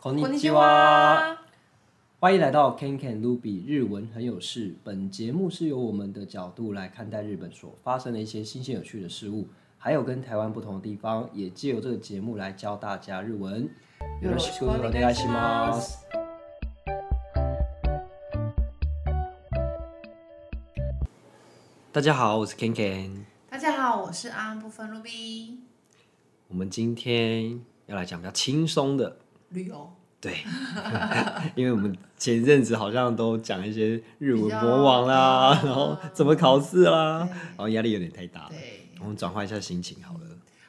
こんこんににちちは，は。欢迎来到 Ken Ken Ruby 日文很有事。本节目是由我们的角度来看待日本所发生的一些新鲜有趣的事物，还有跟台湾不同的地方，也借由这个节目来教大家日文。よろしくお願いします。大家好，我是 Ken Ken。大家好，我是安安部分 Ruby 我们今天要来讲比较轻松的，旅游，对， 因为我们前一阵子好像都讲一些日文比较魔王啦，嗯然后怎么考试啦，对然后压力有点太大了。对，嗯我们转换一下心情好了。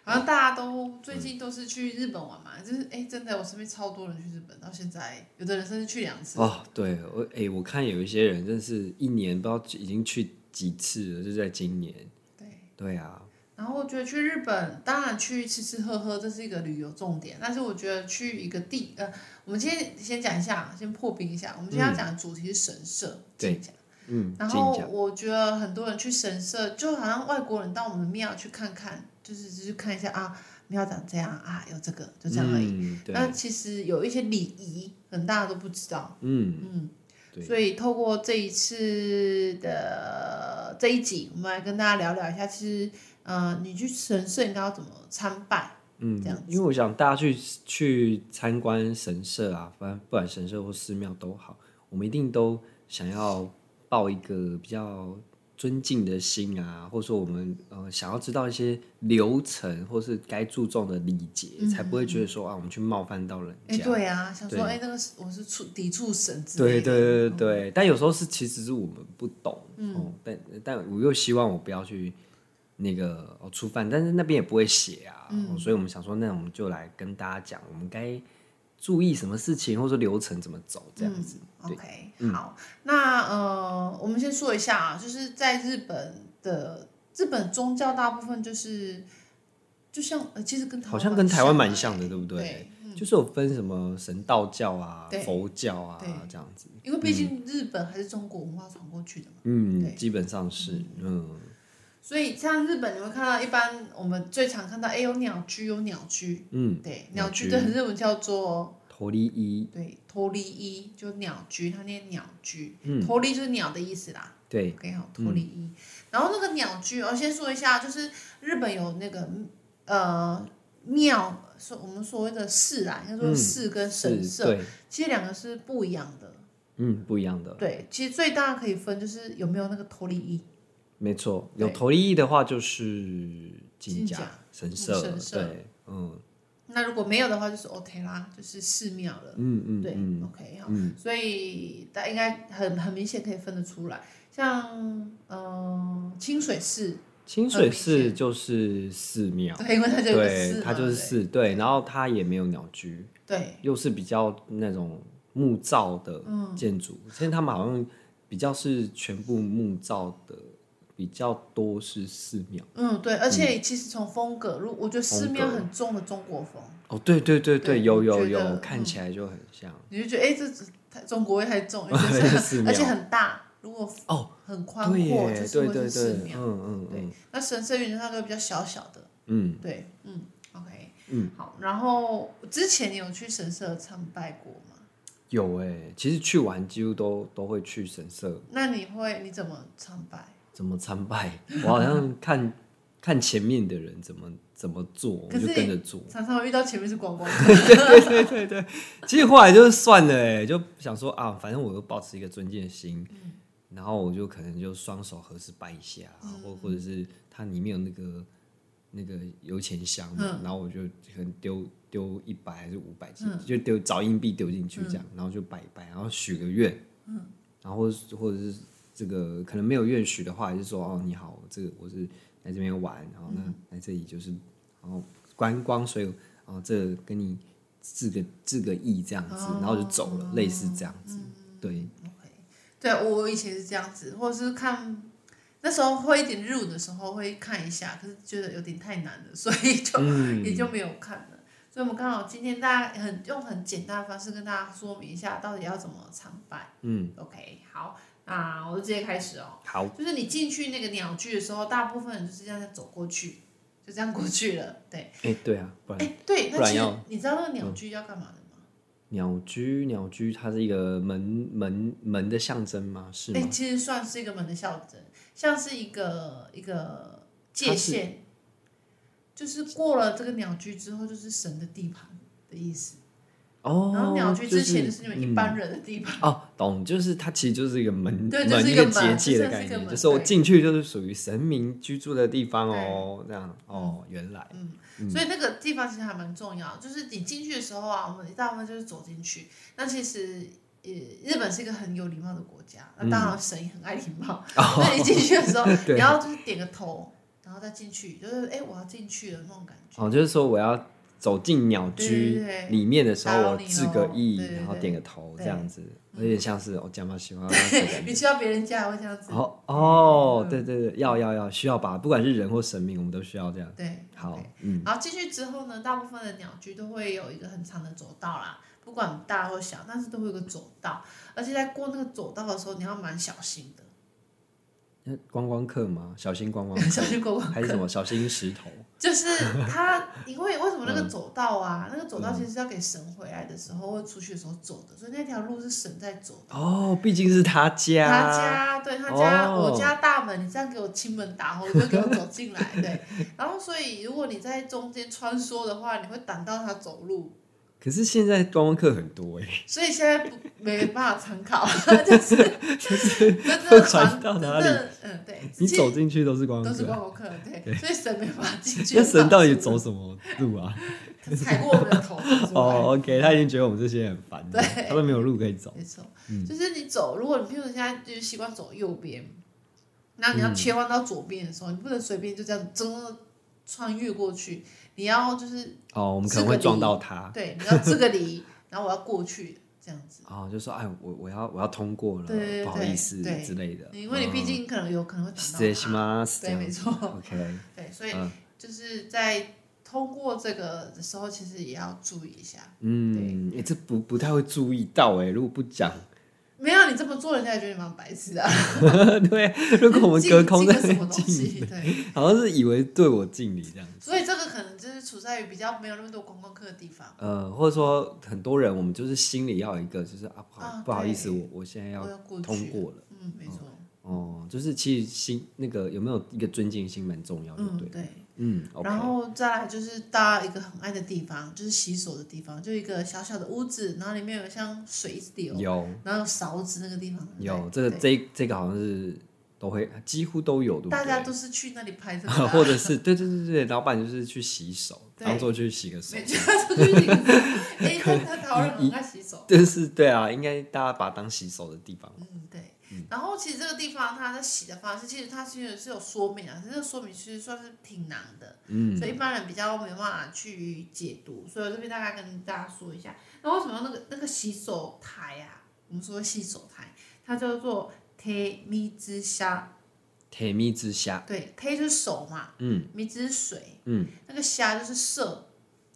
好像大家都最近都是去日本玩嘛，就是哎，真的，我身边超多人去日本，到现在有的人甚至去两次。哦，对我哎、我看有一些人真是一年不知道已经去几次了，就在今年。对，对啊，然后我觉得去日本，当然去吃吃喝喝，这是一个旅游重点，但是我觉得去一个地，呃，我们先先讲一下，先破冰一下，我们今天要讲的主题是神社，对讲。嗯，然静后讲，我觉得很多人去神社，就好像外国人到我们庙去看看，就是就是看一下啊，庙长这样啊，有这个就这样而已。嗯，对，那其实有一些礼仪，可能大家都不知道，嗯，对所以透过这一次的这一集，我们来跟大家聊聊一下，其实呃，你去神社应该要怎么参拜？嗯这样，因为我想大家去去参观神社啊，反正不管神社或寺庙都好，我们一定都想要抱一个比较尊敬的心啊，或者说我们呃想要知道一些流程或是该注重的礼节，嗯才不会觉得说啊我们去冒犯到人哎，家。对啊，想说对哎，那个是我是触抵触神之类对对的，对对嗯对，但有时候是其实是我们不懂，嗯，但但我又希望我不要去那个哦触犯，但是那边也不会写啊，嗯哦所以我们想说，那我们就来跟大家讲，我们该注意什么事情，或者说流程怎么走这样子。嗯、OK，好，那呃，我们先说一下啊，就是在日本的日本宗教大部分就是，就像呃，其实跟台湾好像跟台湾蛮欸像的对不对对，嗯就是有分什么神道教啊对、佛教啊对这样子，因为毕竟日本还是中国文化传过去的嘛，对嗯，基本上是，嗯，所以像日本你会看到，一般我们最常看到，哎，有鸟居，有鸟居，嗯，对，鸟鸟居居的日文叫做头利一，对，脱离一，就鸟居，它念鸟居，嗯脱离就是鸟的意思啦。对， OK，好，脱嗯离一。然后那个鸟居，我先说一下，就是日本有那个呃庙，说我们所谓的寺啦，应该说嗯寺跟神是，社，对，其实两个是不一样的。嗯，不一样的。对，其实最大可以分就是有没有那个脱离一，没错，对有头利益的话就是金金甲甲神嗯社，神社对，嗯那如果没有的话就是 OK 啦，就是寺庙了。嗯嗯，对、嗯 o k 好，所以大家应该很很明显可以分得出来，像呃清水寺，清水很明寺就是寺庙，对，因为它就有个寺对，嘛，它就是寺，对，然后它也没有鸟居，对，又是比较那种木造的嗯建筑，现在他们好像比较是全部木造的，比较多是寺庙。嗯对，而且其实从风格，如我觉得寺庙很重的中国风，哦，对对对对有我有觉得嗯有，看起来就很像，你就觉得哎、这太中国味太 重而且寺庙而且很大，如果哦，很宽对阔，耶就，是对会对是寺对，庙。嗯嗯嗯那神社原则上都会比较小小的，嗯，对，嗯，OK，好。然后之前你有去神社参拜过吗？有哎、其实去玩几乎都都会去神社，那你会你怎么参拜？怎么参拜，我好像看看前面的人怎么怎么做，我可就是跟着做。常常会遇到前面是观光客，其实后来就是算了哎、就想说啊，反正我又保持一个尊敬的心，然后我就可能就双手合十拜一下，啊或、或者是它里面有那个那个油钱箱嘛，然后我就可能丢丢一百还是五百进去，就丢找硬币丢进去这样，然后就拜一拜，然后许个愿，然后或者是或者是这个可能没有愿许的话，也是说哦你好，这个我是来这边玩，然后那来这里就是然后观光，所以哦这个跟你致个致个意这样子，然后就走了，类似这样哦子，嗯对，对哦我以前是这样子，或者是看那时候会一点日文的时候会看一下，可是觉得有点太难了， 所以就、嗯也就没有看了。所以我们刚好今天大家很用很简单的方式跟大家说明一下，到底要怎么参拜。嗯，OK，好，那我就直接开始哦。好，就是你进去那个鸟居的时候，大部分人就是这样走过去，就这样过去了。对，哎、对啊，不然哎，对，不那然其实要嗯你知道那个鸟居要干嘛的吗？鸟居，鸟居它是一个门门门的象征吗？是哎、吗？其实算是一个门的象征，像是一个一个界它是限，就是过了这个鸟居之后，就是神的地盘的意思。哦，然后鸟居之前就嗯就是你们一般人的地盘，哦，懂，就是它其实就是一个门，对就门是一一个结门界的就概是一个念，门就是我对进去就是属于神明居住的地方哦，这样嗯哦，原来嗯所以那个地方其实还蛮重要。就是你进去的时候啊，我们大部分就是走进去。那其实，呃，日本是一个很有礼貌的国家，那当然神也很爱礼貌。所以你进去的时候，嗯哦 对你要就是点个头，然后再进去，就是哎、我要进去了那种感觉。哦，就是说我要走进鸟居对对对里面的时候，打扰我你致个咯意对，对然后对点个头这对嗯样子，有点像是我加马喜欢 的感觉。你去到别人家也会这样子，哦哦，嗯对对对，要要要，需要吧，不管是人或神明，我们都需要这样。对，好对。，嗯，然后进去之后呢，大部分的鸟居都会有一个很长的走道啦，不管大或小，但是都会有个走道，而且在过那个走道的时候，你要蛮小心的，那观光客吗？小心观光小客，心过还关。是什么？小心石头。 就是它，因为为什么那嗯个走道啊，那个走道其实是要给神回来的时候或出去的时候走的，所以那条路是神在走的。哦，毕竟是他家。他家对他家、哦我家大门，你这样给我亲门打后，我就给我走进来， 对。然后所以如果你在中间穿梭的话，你会挡到他走路。可是现在观光客很多哎、所以现在不没办法参 考，就是真会的传传到真哪里的嗯对，你其实走进去都是观都光是客观啊。光客对，所以神没办法进去。那神到底走什么路 啊？踩过我们的头？ 哦，OK，他已经哦觉得我们这些人很烦了，对他都没有路可以走。没错，嗯就是你走，如果你譬如现在就是习惯走右边，那嗯你要切换到左边的时候，你不能随便就这样真的穿越过去，你要就是哦，我们可能会撞到他。对，你要这个离， 然后我要过去这样子，哦，就说哎，我我要我要通过了，对对对嗯不好意思对之类的。嗯哦因为你毕竟可能有可能会失礼挡し到ます他，这对，样没错。 OK，对，所以嗯就是在通过这个的时候，其实也要注意一下。嗯，哎，这不不太会注意到哎，如果不讲， 没有你这么做，人家也觉得你蛮白痴的、啊。对，如 果我们进隔空进在个什么那东 敬西？礼，对，好像是以为对我敬礼这样。所以这个可能就是处在于比较没有那么多观光客的地方。呃，或者说很多人，我们就是心里要有一个，就是啊，不好、啊不好意对思，我我现在要我要过去通过了，嗯，没错。哦、就是其实心那个有没有一个尊敬心蛮重要的，对嗯，了，对。嗯，OK，然后再来就是到一个很暗的地方，就是洗手的地方，就一个小小的屋子，然后里面有像水一直流，有然后有勺子那个地方。对不嗯对有这个对这这个好像是都会几乎都有，对不大家对？都是去那里拍这个、 或者是对对对对，老板就是去洗手，对当做去洗个手每，家都去洗手， 哎、他他台湾人很爱洗手。就是对啊，应该大家把它当洗手的地方，嗯，对。然后其实这个地方它在洗的方式，其实它其实是有说明啊，这个说明其实算是挺难的，嗯所以一般人比较没办法去解读。所以我这边大概跟大家说一下，那为什么那个那个洗手台啊，我们说洗手台，它叫做 te mi 之虾，甜蜜之下，对，te 就是手嘛，嗯咪之水，嗯，那个虾就是社，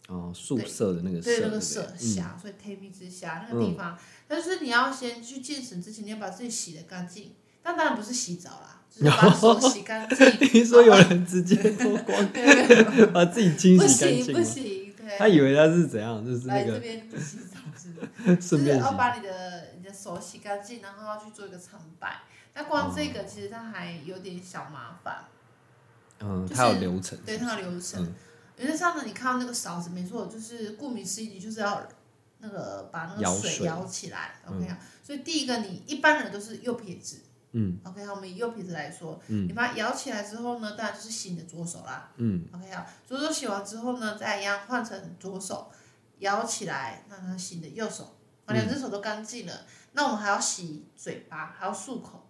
哦，宿舍的那嗯个对舍，对那个不对社虾，所以 te mi 之虾那嗯个地方，但是你要先去健身之前，你要把自己洗的干净，但当然不是洗澡啦，就是把手洗干净。 你说 有人直接脱光， 把自己清不洗干行净不吗？行，他对，以为他是怎样，就是那来这个边不洗澡是 不是？顺哎就是便洗要。把你的你的手洗干净，然后要去做一个长拜。那哦光这个其实它还有点小麻烦，嗯，啊就是他有流程。对它的流程嗯。因为上次你看到那个勺子，没错，就是顾名思义，你就是要那个把那舀个水水舀起来，OK 啊。所以第一个，你一般人都是右撇子，嗯，OK 好，我们以右撇子来说，你把它舀起来之后呢，当然就是洗你的左手啦嗯， ，OK 好，左手洗完之后呢，再一样换成左手舀起来，让它洗你的右手，嗯把两只手都干净了。那我们还要洗嘴巴，还要漱口，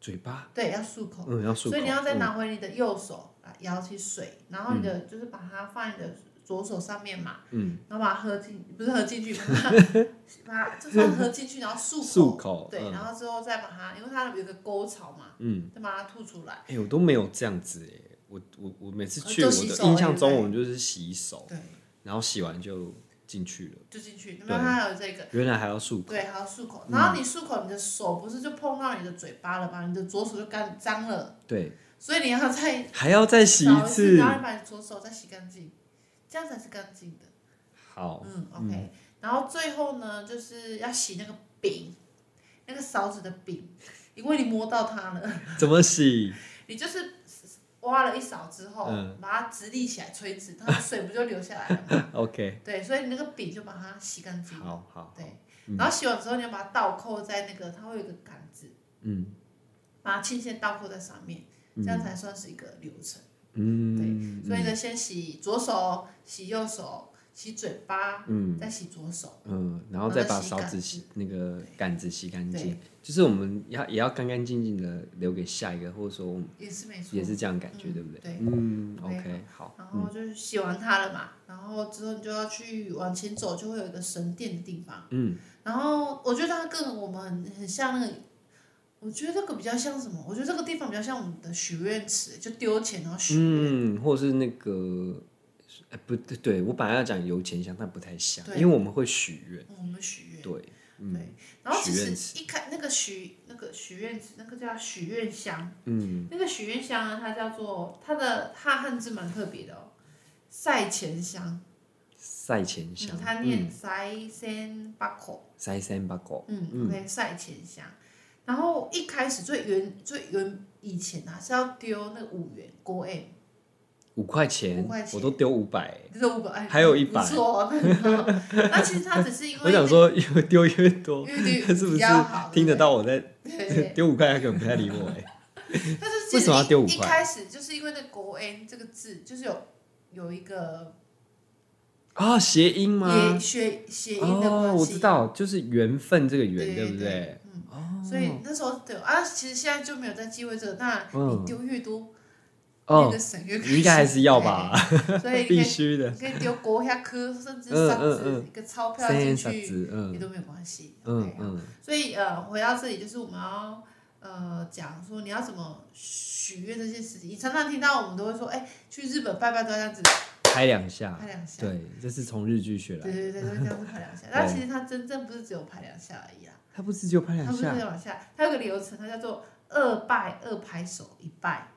嘴巴，对，要漱口，嗯，要漱口。哦所以你要再嗯拿回你的右手来舀起水，然后你的、就是把它放你的左手上面嘛，嗯，然后把它喝进，不是喝 进去，把它把它就算喝进去，然后漱漱口对，嗯然后之后再把它，因为它有个沟槽嘛，嗯，再把它吐出来，哎，我都没有这样子哎，我我我每次去，就我哦洗的手印象中对不对我们就是洗手，对，然后洗完就进去了，就进去，那么它还有这个。原来还要漱口。嗯对，还有漱口，然后你漱口，你的手不是就碰到你的嘴巴了吗？你的左手就干脏了，对，所以你要呃再还要再洗找一一次然。后你把你左手再洗干净，这样才是干净的。好，嗯，OK，、然后最后呢，就是要洗那个柄，那个勺子的柄，因为你摸到它了，怎么洗？ 你就是挖了一勺之后，嗯把它直立起来垂直，它的水不就流下来了吗？ OK，对，所以你那个柄就把它洗干净。好好，对，嗯然后洗完之后，你要把它倒扣在那个，它会有一个杆子，嗯把它轻线倒扣在上面，这样才算是一个流程。嗯，所以呢，先洗左手，洗右手，洗嘴巴，嗯再洗左手。嗯，然后再把勺子洗那个杆子洗干净对，就是我们要也要干干净净的留给下一个，或者说我们也是没错。嗯也是这样感觉，对不对？对嗯对，OK，好，嗯然后就是洗完它了嘛，然后之后你就要去往前走，就会有一个神殿的地方。嗯，然后我觉得它跟我们很很像那个，我觉得这个比较像什么？我觉得这个地方比较像我们的许愿池，就丢钱然后许愿。嗯，或者是那个，哎，不对，对我本来要讲油钱箱，但不太像，对因为我们会许愿，我们许愿。对，嗯对，然后其许愿实一开那个许那个许愿池，那个叫许愿箱，嗯，那个许愿箱呢，它叫做它的它汉字蛮特别的哦，赛前香，赛前嗯箱，，它念赛先巴口，塞三八狗，嗯，OK，赛前香。然后一开始最原最原以前啊是要丢那个五元国 M，五块钱五块，钱我都丢五百，这是五百，哎还有不100不错哦，那你好那其实它只是因为我想说越丢越多，因为 是不比是较好听得？到我在对不对对对丢五块，他可能不太理我 哎。但是其实为什么要丢五一块一开始就是因为那“国 N” 这个字，就是有有一个啊，谐音也吗？学谐音的关系、哦，我知道，就是缘分这个缘，对不对？？嗯，哦，所以那时候对啊，其实现在就没有在忌讳这个。那嗯你丢越多，那哦个，省越开心你应该还是要吧，对啊 所必以你可以须的。你可以丢国下科，甚至嗯上嗯子嗯一个钞票三进言傻去，子，也嗯都没有关系。嗯 OK，好嗯，所以呃，回到这里就是我们要呃讲说你要怎么许愿这件事情。你常常听到我们都会说，哎、去日本拜拜都要这样子拍两下拍，两下，对，这是从日剧学来对的。对对，都这 样子拍两下。但其实它真正不是只有拍两下而已啦，他不是只有拍它两不是只下，有两下，它有个流程，它叫做二拜二拍手一拜，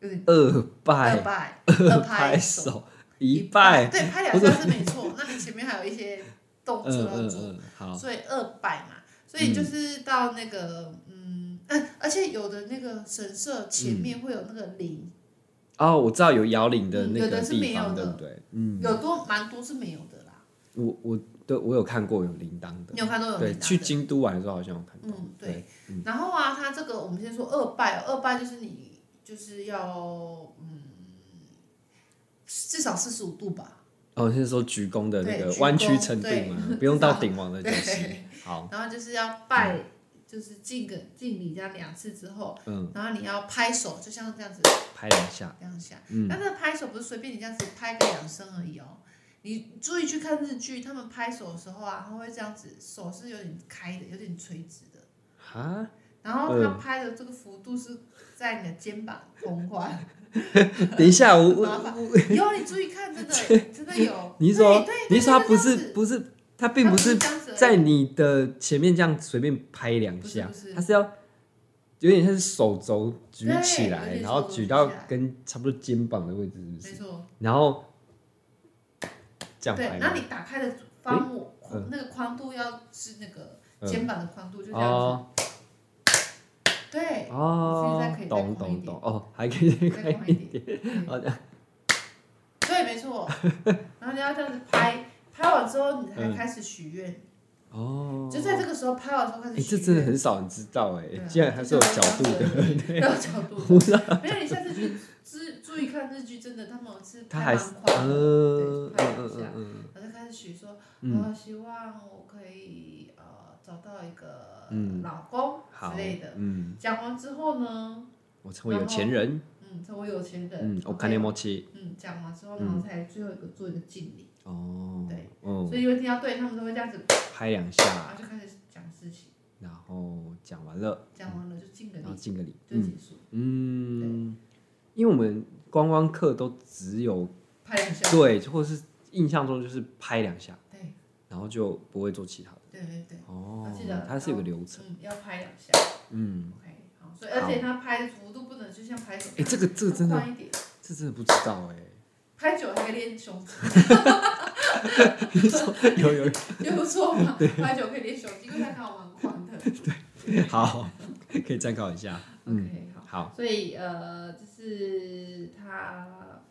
有点二二拜拜二 二拍手手一拜，对，拍两下是没错。那你前面还有一些动嗯作要嗯做，嗯，好，所以二拜嘛，嗯所以就是到那个嗯 嗯，而且有的那个神社前面会有那个铃，哦，我知道有摇铃的嗯那有个的是地没有方，对的不对？嗯，有多蛮多是没有的啦。我我对我有看过有铃铛的你，有看到有对，铃铛去的？京都玩的时候好像有看到，嗯，对对。然后啊，它这个我们先说二拜、哦，二拜就是你就是要嗯，至少四十五度吧。哦，是说鞠躬的那对个鞠弯曲躬程度对吗？不用到至少顶王的九十对，好，然后就是要拜，就是敬个敬礼这样两次之后，嗯，然后你要拍手，就像这样子拍两下，这样下。嗯但是拍手不是随便你这样子拍个两声而已哦。你注意去看日剧，他们拍手的时候啊，他会这样子，手是有点开的，有点垂直的。哈，然后他嗯拍的这个幅度是在你的肩膀同宽，等一下，我我麻烦。有你注意 看，真的真的有。哎你是说对对，你是说对他不就是这样子不是，他它并不不是这样子而已在你的前面这样随便拍两下不是不，是他是要有点像是手肘举对起有来，点然手后肘举举到起来跟差不多肩膀的位置，是不没是？错，然后这样哦对。拍然吗后，你打开的方我嗯那个宽度要是那个嗯肩膀的宽度，就这样哦子。对，哦现在可以，再懂宽一懂点懂，哦，还可以再再宽宽一一点，点。好的，对，没错。然后你要这样子拍，拍完之后你才开始许愿，哦，就在这个时候拍完之后开哎、始这许真的愿。很少人知道哎、对啊竟然还是有角度的，对，有角 度的。没有，你下次去注注意看日剧，真的他们是他拍还蛮是 快的，嗯嗯对嗯嗯是拍嗯我就开始许说，嗯我希望我可以呃找到一个嗯老公嗯，好，哦之类的。嗯，讲完之后呢，我成为有钱人，嗯，成为有钱人嗯，，我看你默契嗯，讲完之后，嗯然后才最后一个做一个敬礼，哦，对，嗯，所以你会听到对他们都会这样子，拍两然下，后就开始讲事情，然后讲完了，讲完了就敬个然后礼，敬个礼，就嗯结束，嗯，因为我们观光客都只有拍两下，对，或是印象中就是拍两下，对然后就不会做其他的对对对，哦啊记得，它是有个流程，嗯，要拍两下嗯。 ，OK，好，所以而且他拍的幅度不能就像拍手哎、，这个这个真的，宽一点， 这真的不知道哎、 拍久了还可以练胸肌，有有也不错嘛，八九可以练手机，因为它刚好蛮宽的。有，好，可以参考一下。嗯， OK，好。好，所以呃，就是他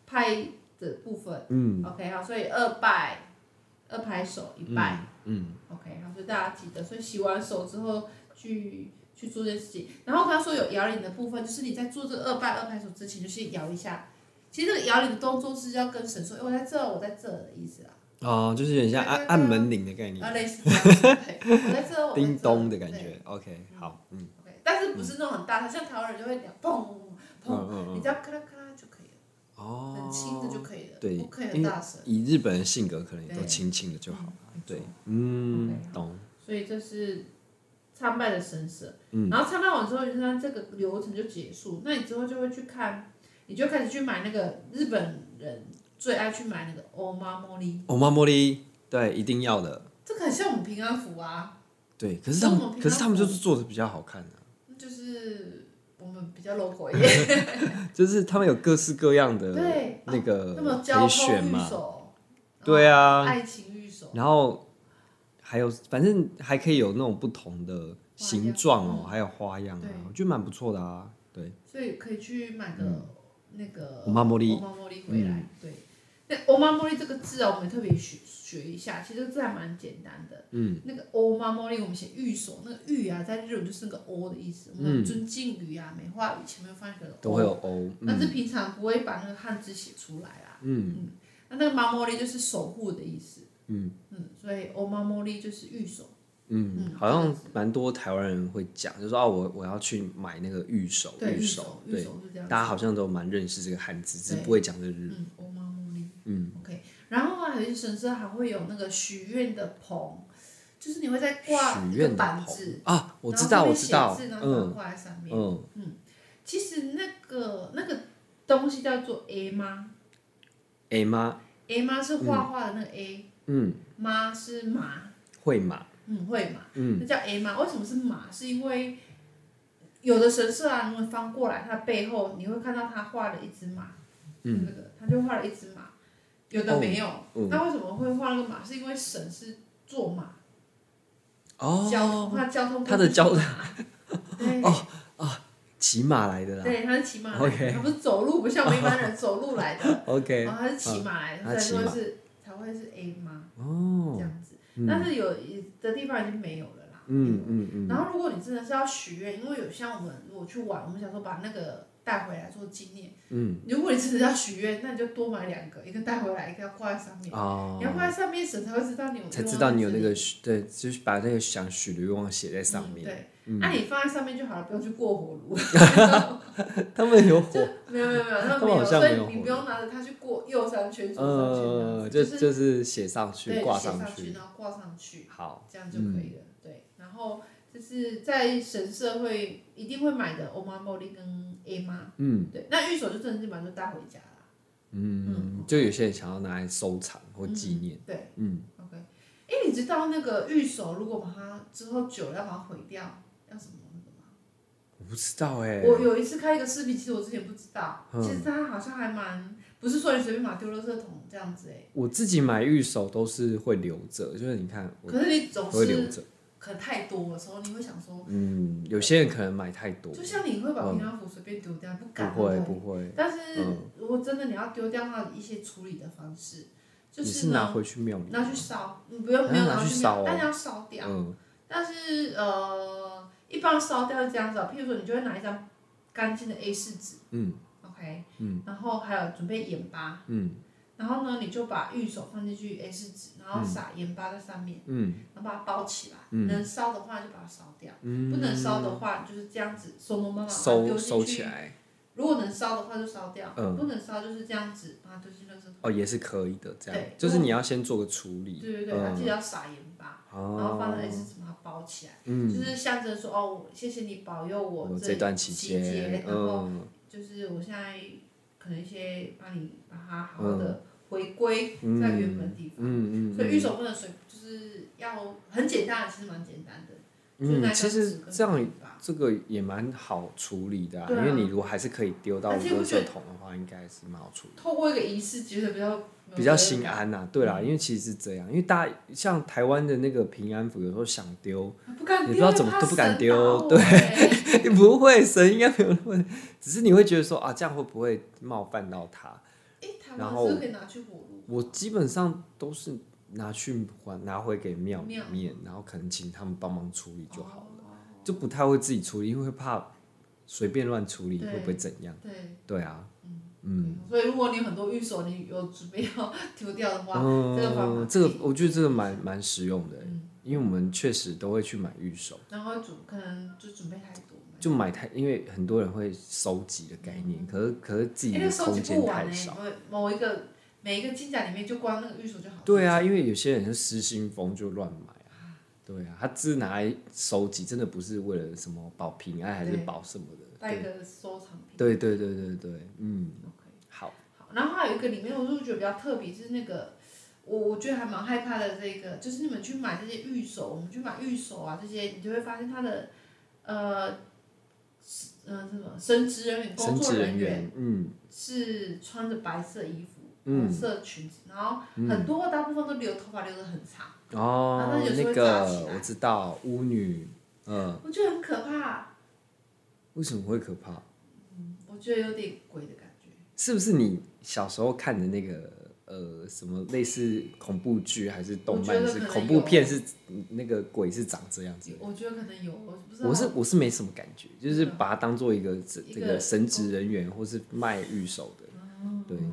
拍的部分。嗯 OK，好，所以二拜，二拍手一拜。嗯 OK，好，所以大家记得，所以洗完手之后去去做这件事情。然后我刚刚说有摇铃的部分，就是你在做这个二拜二拍手之前，就先摇一下。其实这个摇铃的动作是要跟神说，哎、我在这，我在这的意思啊，哦，就是有点像按按门铃的概啊，念，类似这样子，对，我在这，我在这叮咚的感。对觉。OK，好，嗯 OK，但是不是那种很大声，像台湾人就会讲砰砰，嗯嗯你嗯，只要咔啦咔啦就可以了，哦，很轻的就可以了，对不可以很大声。以日本人性格，可能也都对轻轻的就好了。没错对，嗯 OK，，懂。所以这是参拜的神社。嗯然后参拜完之后，你就让这个流程就结束。那你之后就会去看，你就开始去买那个日本人最爱去买那个欧妈茉莉，欧哦玛茉莉，对，一定要的。这个很像我们平安符啊，对，可是他这种们，平可是常他们不就是做的比较好看啊的、就是我们比较 local 一点。就是他们有各式各样的对，啊那那么个呃可交以选通御嘛，手，对然后啊，爱情御手，然后还有反正还可以有那种不同的形状哦、还有花样啊对，我觉得蛮不错的啊。对，所以可以去买个、嗯那个欧妈茉莉欧妈茉莉回来。嗯对，那欧妈茉莉这个字啊，我们也特别学学一下，其实这个字还蛮简单的。嗯，那个欧妈茉莉，我们写御手，那个御啊，在日文就是那个欧的意思。我们尊敬语啊，美化语前面放一个嗯都会有欧，欧，但是嗯平常不会把那个汉字写出来啦。嗯那那个妈茉莉就是守护的意思。嗯嗯，所以欧妈茉莉就是御手。嗯，好像蛮多台湾人会讲，就说啊，我我要去买那个玉手，对，御手手，，御对，手是这样大家子。好像都蛮认识这个汉字，只是对不会讲这日，嗯，欧妈茉莉。嗯， OK，然后啊，有些神社还会有那个许愿的棚，就是你会在挂许一愿个的板棚子，啊，我然后知上道，我面知写道字，然后把它嗯挂在上面。嗯，其实那个那个东西叫做 A 吗 A 妈， ？A 吗是画画的那个 A，嗯，妈、是马，会嘛，嗯，会马，嗯，那叫 A 吗？为什么是马？是因为有的神社啊，如果你翻过来，它背后你会看到他画了一只马，嗯，那个他就画了一只马，有的哦没有，嗯那为什么会画那个马？是因为神是坐马。交通，哦，他交通工具他的交嘛，对骑马来的啦对，他是骑马来的 OK 他不是走路，不像我们一般人走路来的， ，OK，哦，他是骑马来的，他所骑以说马是才会是 A 妈这哦，样子，但是有的地方已经没有了啦，嗯嗯嗯，然后如果你真的是要许愿，因为有像我们如果去玩，我们想说把那个带回来做纪念，嗯，如果你真的要许愿，那你就多买两个，一个带回来，一个要挂在上面，哦你，要挂在上面，神才会知道你有才愿知望道在你有这那里个许啊对，就是把那个想许的愿望写在上嗯面。对，那、你放在上面就好了，不用去过火 炉。 他们有火，没有没有没有，他他们没好有，像所没以有你火不用拿着它去过右山圈、左山圈那样呃，子，就是就是写上去对，挂写上去。然后挂上去，好，嗯这样就可以了。对，然后就是在神社会一定会买的欧妈茉莉跟 A 妈，嗯对，那玉手就真的基本上就带回家啦。嗯，就有些人想要拿来收藏或纪念。对嗯， ，OK。哎，你知道那个玉手如果把它之后久了要把它毁掉，要什么那个吗？我不知道哎，我有一次看一个视频，其实我之前不知道，嗯其实它好像还蛮，不是说你随便把它丢垃圾桶这样子哎、我自己买玉手都是会留着，就是你看我可是你总嗯会留是着。可能太多的时候，你会想说，嗯，有些人可能买太多，嗯就像你会把平安符随便丢掉，不不敢会对不会，但是、嗯如果真的你要丢掉，它有一些处理的方式，就你是是拿呢，回去庙里吗。拿去烧，你不用啊没有拿去去烧烧哦，但是要烧掉。嗯但是呃，一般烧掉是这样子哦，譬如说你就会拿一张干净的 A 4纸嗯，OK，嗯，然后还有准备盐巴，嗯然后呢你就把玉手放进去 A 4纸，然后撒盐巴在上面，嗯然后把它包起来，嗯能烧的话就把它烧掉。嗯，不能烧的话，就是这样子，手忙慢慢收丢收进起去。来，如果能烧的话就烧掉，嗯不能烧就是这样子把它丢进垃圾桶。哦，也是可以的，这样对就是你要先做个处理，嗯哦对对对，然后记得要撒盐巴，然后放在 S 纸把它包起来，就是象征说哦，谢谢你保佑嗯我我哦这段期期间，然后嗯 就是我现在可能一些帮你把它好好的回归在原本的地方，嗯嗯嗯所以玉手不能随就是要很简单，其实蛮简单的，就嗯，那个其实纸跟这样纸吧这个也蛮好处理的、啊，对啊因为你如果还是可以丢到而且垃我觉得圾桶的话，应该是蛮好处理的，透过一个仪式，觉得比较比较心，安呐、对嗯啦，因为其实是这样，因为大家像台湾的那个平安符，有时候想丢，不敢丢，也不知道怎么都不敢丢怕神打我欸 不会神应该没有那么，只是你会觉得说啊，这样会不会冒犯到他？诶台然湾后是不是可以拿去火炉？我基本上都是拿去还拿回给庙里庙面，然后可能请他们帮忙处理就哦好了，了。就不太会自己处理，因为会怕随便乱处理对会不会怎样？对，对啊，嗯。嗯，所以如果你有很多玉手，你有准备要丢掉的话，这个方法嗯，这个我觉得这个蛮蛮实用的欸，嗯因为我们确实都会去买预售，然后准可能就准备太多。就买太，因为很多人会收集的概念，可是可是自己哎的那收空集间不完太欸少。，某某一个每一个金甲里面就光那个玉手就好。对，啊，因为有些人是失心疯就乱买啊，对啊，他只是拿来收集，真的不是为了什么保平安还是对保什么的。带一个收藏品。对对对对对，嗯， OK。好，好，然后还有一个里面，我就觉得比较特别，是那个我我觉得还蛮害怕的。这个就是你们去买这些玉手，我们去买玉手啊，这些你就会发现它的呃，是呃，什么神职人员、工神作职人人员，嗯是穿着白色衣嗯服、红色裙子，然后很多大部分都留头发留得很长，然哦啊后有，时那候会扎起个来我知道，巫女，嗯，我觉得很可怕，为什么会可怕？嗯我觉得有点鬼的感觉。是不是你小时候看的那个呃什么类似恐怖剧还是动我觉漫得是可能恐怖片是那个鬼是长这样子的？我觉得可能有，我不知道。我是我是没什么感觉，就是嗯把它当做一个这一这个个神职人员或是卖玉手的，嗯对对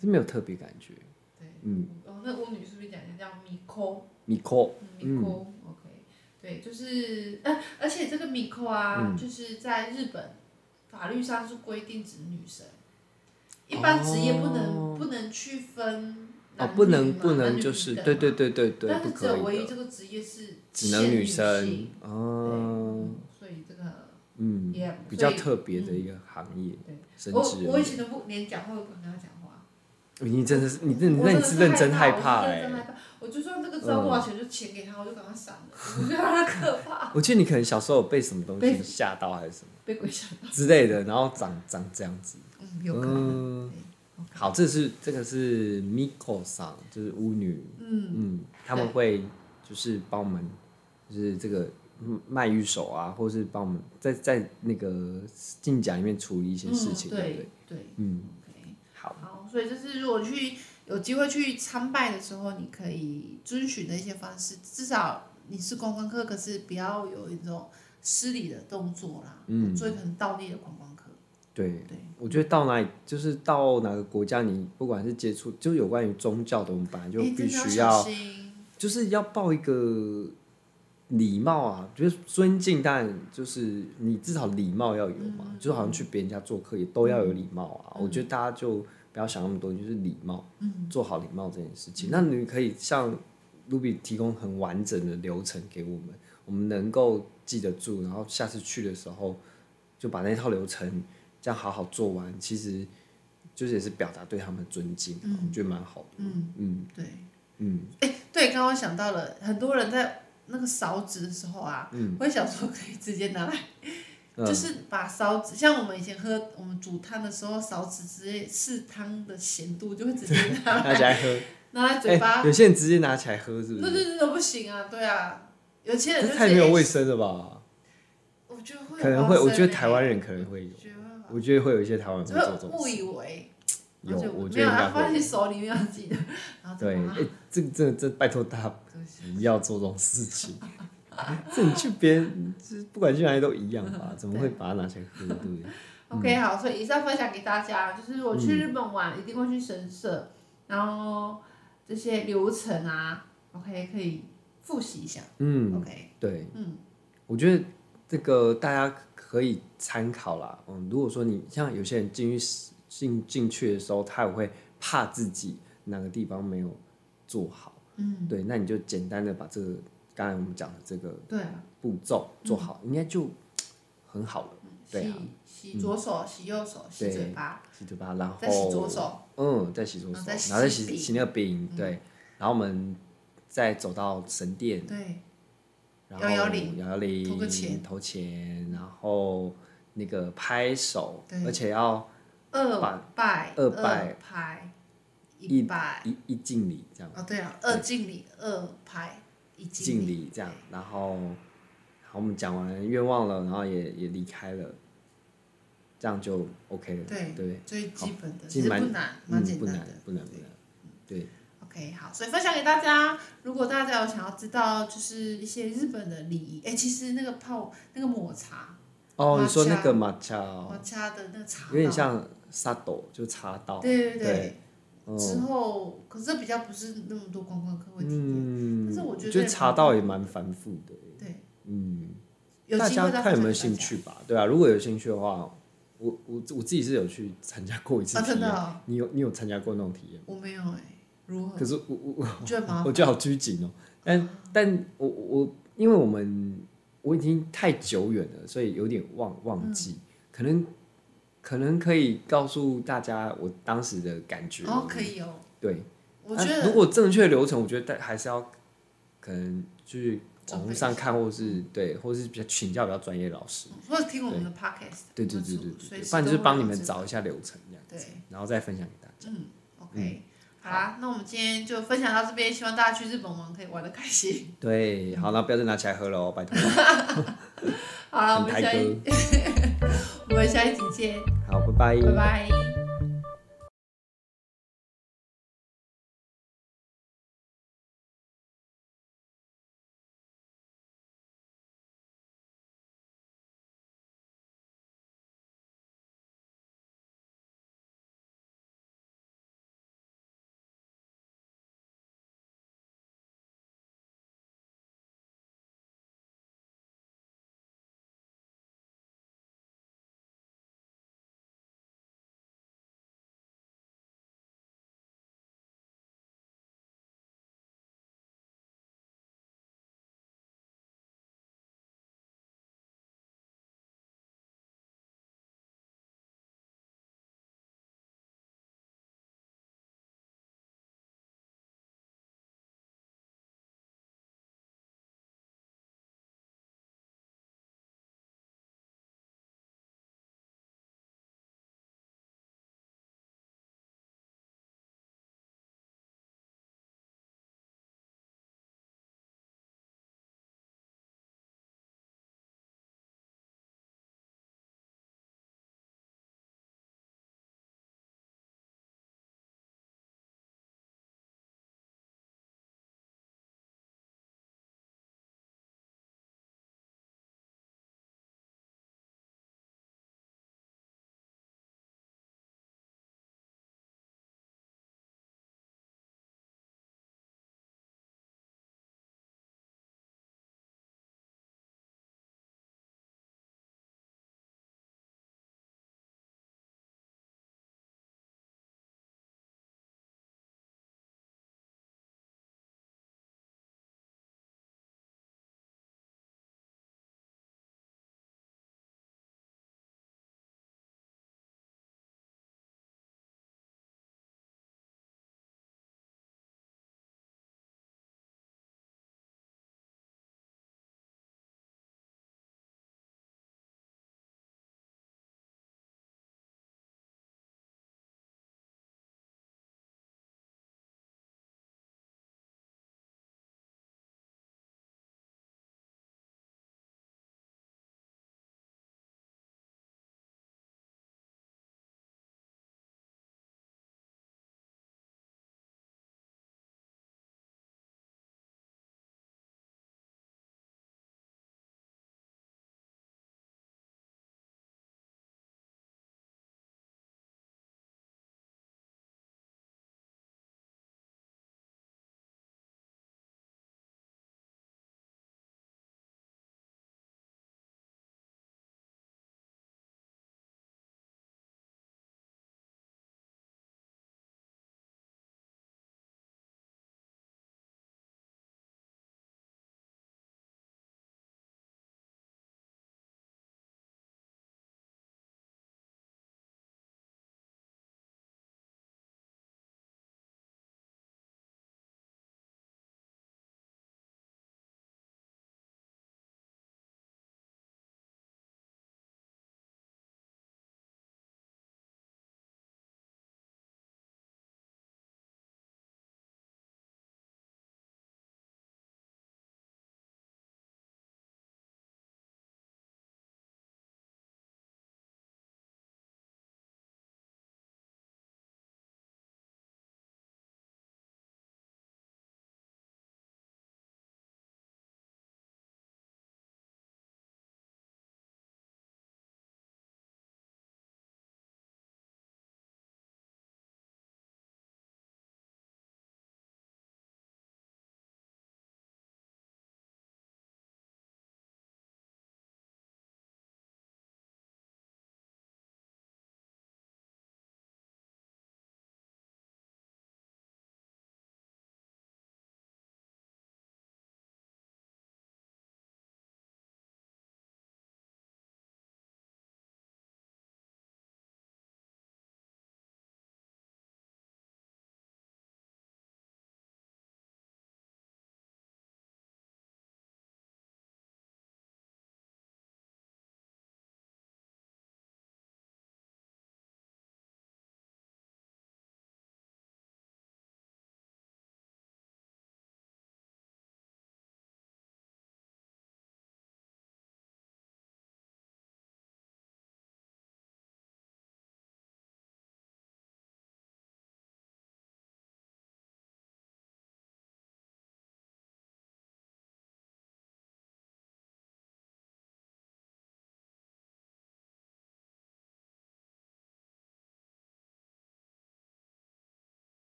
是没有特别感觉。对，嗯，哦，那巫女是不是讲一个叫米抠？你扣米扣、o k 对，就是，呃，而且这个米扣啊，嗯就是在日本法律上是规定指女生，一般职业不能、哦不能区分哦男，不女能嘛不男能女就是平等对嘛对对对对，但不是只有可唯一以这的，个职业是只能限女女生性对、哦，嗯，所以这个嗯，也比较所以特别的一个行业对，神我职人我以员。前都不连讲话都不敢跟他讲话，你真的是你真的，我那真你的是是认真害害怕嗯我哎、是认真害怕，我就算这个知道多少钱就钱给他，我就赶快闪了，我觉得 他可怕，我记得你可能小时候有被什么东西啊被吓到还是什么被鬼吓到，之类的，然后长长这样子。嗯，有可能。嗯好，这是这个是 Miko 桑，就是巫女，嗯，嗯，他们对会就是帮我们，就是这个嗯卖玉手啊，或是帮我们在在那个进甲里面处理一些事情，嗯、对不对对？对嗯， ，OK，好，好，所以就是如果去有机会去参拜的时候，你可以遵循的一些方式，至少你是观光客，可是不要有一种失礼的动作啦，嗯所以可能倒立的观光客，对。对，我觉得到哪里，就是到哪个国家，你不管是接触，就有关于宗教的，我们本来就诶必真的须要要小心，就是要抱一个礼貌啊，就是尊敬，当然就是你至少礼貌要有嘛，嗯就好像去别人家做客也都要有礼貌啊。嗯我觉得大家就不要想那么多，就是礼貌，嗯，做好礼貌这件事情。那你可以像 Ruby 提供很完整的流程给我们，我们能够记得住，然后下次去的时候就把那套流程这样好好做完，其实就是也是表达对他们的尊敬啊、嗯我觉得蛮好的。嗯嗯对，嗯哎，对，刚刚想到了，很多人在那个烧纸的时候啊，嗯我也想说可以直接拿来。嗯，就是把烧纸，像我们以前喝我们煮汤的时候，烧纸直接试汤的咸度就会直接拿大来家喝。拿来嘴哎，巴，有些人直接拿起来喝，是不对是？对对，都不行啊，对啊，有些这人就太没有卫味，生了吧？我觉得会有可能会，花生我觉得欸台湾，人可能会有我，觉得会我觉得会有一些台湾人会吧做这就种误事。以为，有，然后就我没觉得有，啊应该他放会进有。手里面要啊记得，然后对，再把它哎，这个这这，拜托大家东西不要做这种事 情。这你去别人，就是不管去哪里都一样吧？怎么会把它拿起来喝？对不对？ OK，好，所以以上分享给大家，就是我嗯去日本玩、一定会去神社，然后这些流程啊，OK 可以复习一下、嗯， o k 对，嗯。我觉得这个大家可以参考啦。嗯，如果说你像有些人进去进进去的时候，他也会怕自己哪个地方没有做好。嗯，对，那你就简单的把这个刚才我们讲的这个对啊，步骤做好，应该就嘖很好了。对啊嗯洗洗左手，洗右手，洗对嘴巴，洗嘴巴，然后再洗左手，嗯，再洗左手，然后然再洗后再洗饼洗那个饼，嗯对，然后我们再走到神殿，对，然然后摇摇铃摇摇铃，投个钱投钱，然后那个拍手对，而且要二拜二拜拜拍一一拜一一敬礼这样，哦，对啊，二敬礼二拍一敬礼，礼这样，然后，好，我们讲完愿望了，然后也也离开了，这样就 OK 了，对对，最基本的，好其其实实不蛮难，蛮嗯，简不单难的。，不难，不对难，对， OK，好，所以分享给大家。如果大家有想要知道，就是一些日本的礼仪，哎、其实那个泡那个抹茶，哦，抹你说那茶个抹茶哦，抹茶的那个茶，有点，像沙斗，就茶道，对对对。对之嗯，后，可是比较不是那么多观光客会体验，嗯但是我觉得觉得茶道也蛮繁复的，对，嗯，有大机会家再看有没有分兴享给大家。趣吧，对啊，如果有兴趣的话，我我我自己是有去参加过一次啊，体真的验，哦、你有你有参加过那种体验吗？我没有哎、如何可？是我我我你觉得吗？我觉得好拘谨哦、啊但但我我因为我们我已经太久远了，所以有点忘忘记，嗯可能可能可以告诉大家我当时的感觉。哦，可。以哦，对，我觉啊如得果正确流程，我觉得但还是要可能去网络上看，或嗯是对，或是比较请教比较专业的老师。或者听我们的 podcast，对对我们对随对随对，时不然就是都会帮有你们这找一下流程这样对子，然后再分享给大家。嗯，OK，好啦，那我们今天就分享到这边，希望大家去日本玩可以玩的开心。对，好，那不要再拿起来喝了哦，拜托。好了，我很们台 下一，我们下一集见，好，拜拜拜拜。